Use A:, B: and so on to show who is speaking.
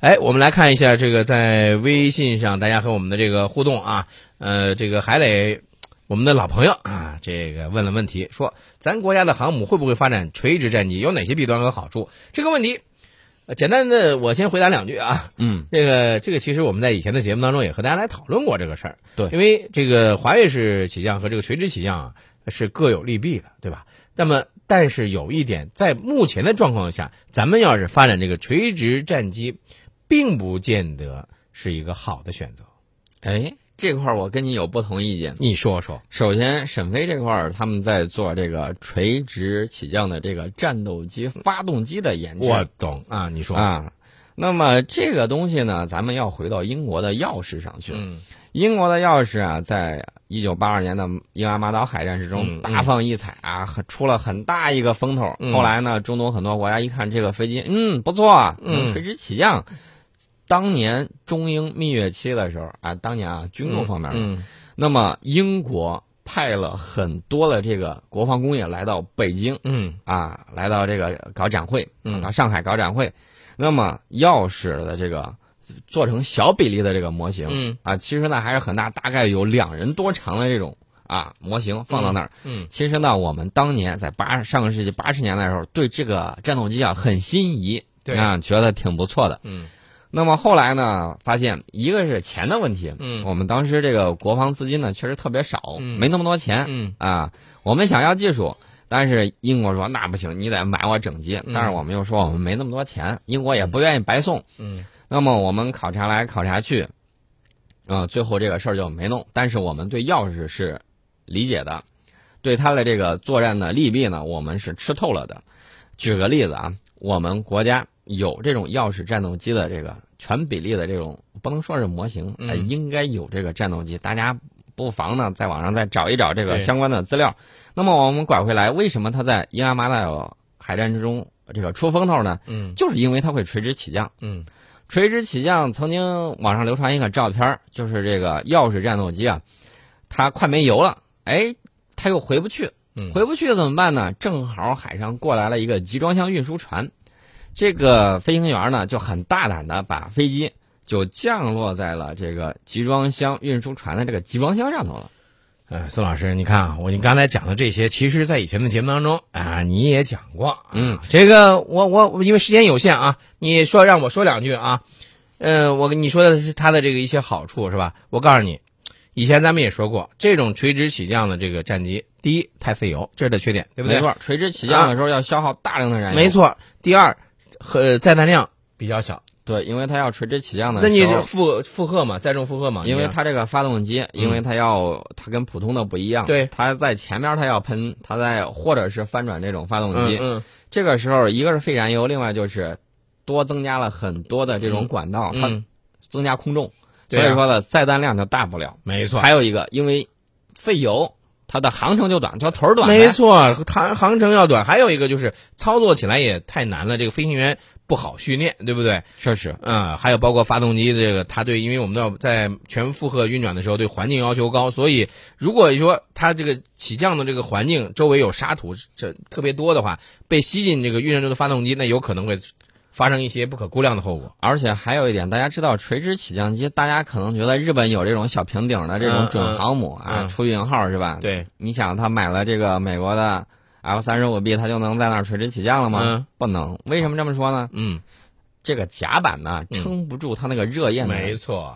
A: 哎，我们来看一下这个在微信上大家和我们的这个互动啊，呃，这个海磊，我们的老朋友啊，这个问了问题，说咱国家的航母会不会发展垂直战机，有哪些弊端和好处？这个问题，呃简单的我先回答两句啊。
B: 嗯，
A: 这个这个其实我们在以前的节目当中也和大家来讨论过这个事儿，
B: 对
A: 因为这个滑跃式起降和这个垂直起降啊是各有利弊的，对吧？那么，但是有一点，在目前的状况下，咱们要是发展这个垂直战机，并不见得是一个好的选择。
B: 哎，这块儿我跟你有不同意见。
A: 你说说，
B: 首先，沈飞这块儿他们在做这个垂直起降的这个战斗机发动机的研制
A: 我懂啊？你说，
B: 啊。那么这个东西呢，咱们要回到英国的钥匙上去。
A: 嗯
B: 英国的钥匙啊，在一九八二年的英阿马岛海战事
A: 嗯
B: 中大放异彩啊，很出了很大一个风头。
A: 嗯
B: 后来呢，中东很多国家一看这个飞机，嗯，不错，
A: 嗯
B: 能垂直起降。当年中英蜜月期的时候啊，当年啊，军购方面，
A: 嗯
B: 那么英国派了很多的这个国防工业来到北京
A: 嗯
B: 啊，来到这个搞展会，
A: 嗯
B: 到上海搞展会。那么钥匙的这个做成小比例的这个模型，
A: 嗯
B: 啊，其实呢还是很大，大概有两人多长的这种啊模型放到那儿。
A: 嗯
B: 其实呢，我们当年在八上个世纪八十年代的时候，对这个战斗机啊很心仪，
A: 对
B: 啊，觉得挺不错的。
A: 嗯
B: 那么后来呢，发现一个是钱的问题，
A: 嗯
B: 我们当时这个国防资金呢确实特别少，
A: 嗯
B: 没那么多钱、
A: 嗯
B: 啊。我们想要技术，但是英国说那不行，你得买我整机。
A: 嗯
B: 但是我们又说我们没那么多钱，英国也不愿意白送，
A: 嗯
B: 那么我们考察来考察去，啊、最后这个事儿就没弄。但是我们对钥匙是理解的，对它的这个作战的利弊呢，我们是吃透了的。举个例子啊，我们国家有这种钥匙战斗机的这个全比例的这种，不能说是模型，
A: 嗯
B: 呃应该有这个战斗机，大家。不妨呢，在网上再找一找这个
A: 对
B: 相关的资料。那么我们拐回来，为什么它在伊阿马岛海战之中这个出风头呢？
A: 嗯
B: 就是因为它会垂直起降。
A: 嗯
B: 垂直起降曾经网上流传一个照片儿，就是这个钥匙战斗机啊，它快没油了，哎，它又回不去，
A: 嗯，
B: 回不去怎么办呢？正好海上过来了一个集装箱运输船，这个飞行员呢就很大胆的把飞机就降落在了这个集装箱运输船的这个集装箱上头了。
A: 呃，孙老师，你看啊，我你刚才讲的这些，其实在以前的节目当中啊，你也讲过啊。
B: 嗯，
A: 这个我我我因为时间有限啊，你说让我说两句啊。呃，我跟你说的是它的这个一些好处是吧？我告诉你，以前咱们也说过，这种垂直起降的这个战机，第一太费油，这是它的缺点，对不对？啊
B: 没错，垂直起降的时候要消耗大量的燃油。
A: 没，错。第二，和呃载弹量比较小，
B: 对，因为它要垂直起降的时
A: 那
B: 候，啊
A: 你是负负荷嘛，载重负荷嘛，
B: 嗯因
A: 你
B: 为
A: 这样
B: 它这个发动机，因为它要它跟普通的不一样，
A: 对
B: 它在前面它要喷，它在或者是翻转这种发动
A: 嗯
B: 机，
A: 嗯
B: 这个时候一个是费燃油，另外就是多增加了很多的这种管道，
A: 嗯，
B: 它增加空重，
A: 对啊
B: 所以说呢载弹量就大不了。
A: 没错。
B: 还有一个，因为费油，它的航程就短，它腿儿短呗，
A: 没错，航航程要短，还有一个就是操作起来也太难了，这个飞行员不好训练，对不对？
B: 确实，
A: 嗯，还有包括发动机的这个，它对，因为我们要在全负荷运转的时候，对环境要求高，所以如果说它这个起降的这个环境周围有沙土这特别多的话，被吸进这个运转中的发动机，那有可能会发生一些不可估量的后果。
B: 而且还有一点，大家知道垂直起降机，大家可能觉得日本有这种小平顶的这
A: 嗯
B: 种
A: 嗯
B: 准航母
A: 嗯
B: 啊，出云号是吧？
A: 对，
B: 你想他买了这个美国的 F 三十五 B，他就能在那儿垂直起降了吗？
A: 嗯
B: 不能。为什么这么说呢？
A: 嗯，
B: 这个甲板呢，
A: 嗯
B: 嗯撑不住它那个热焰的
A: 没错。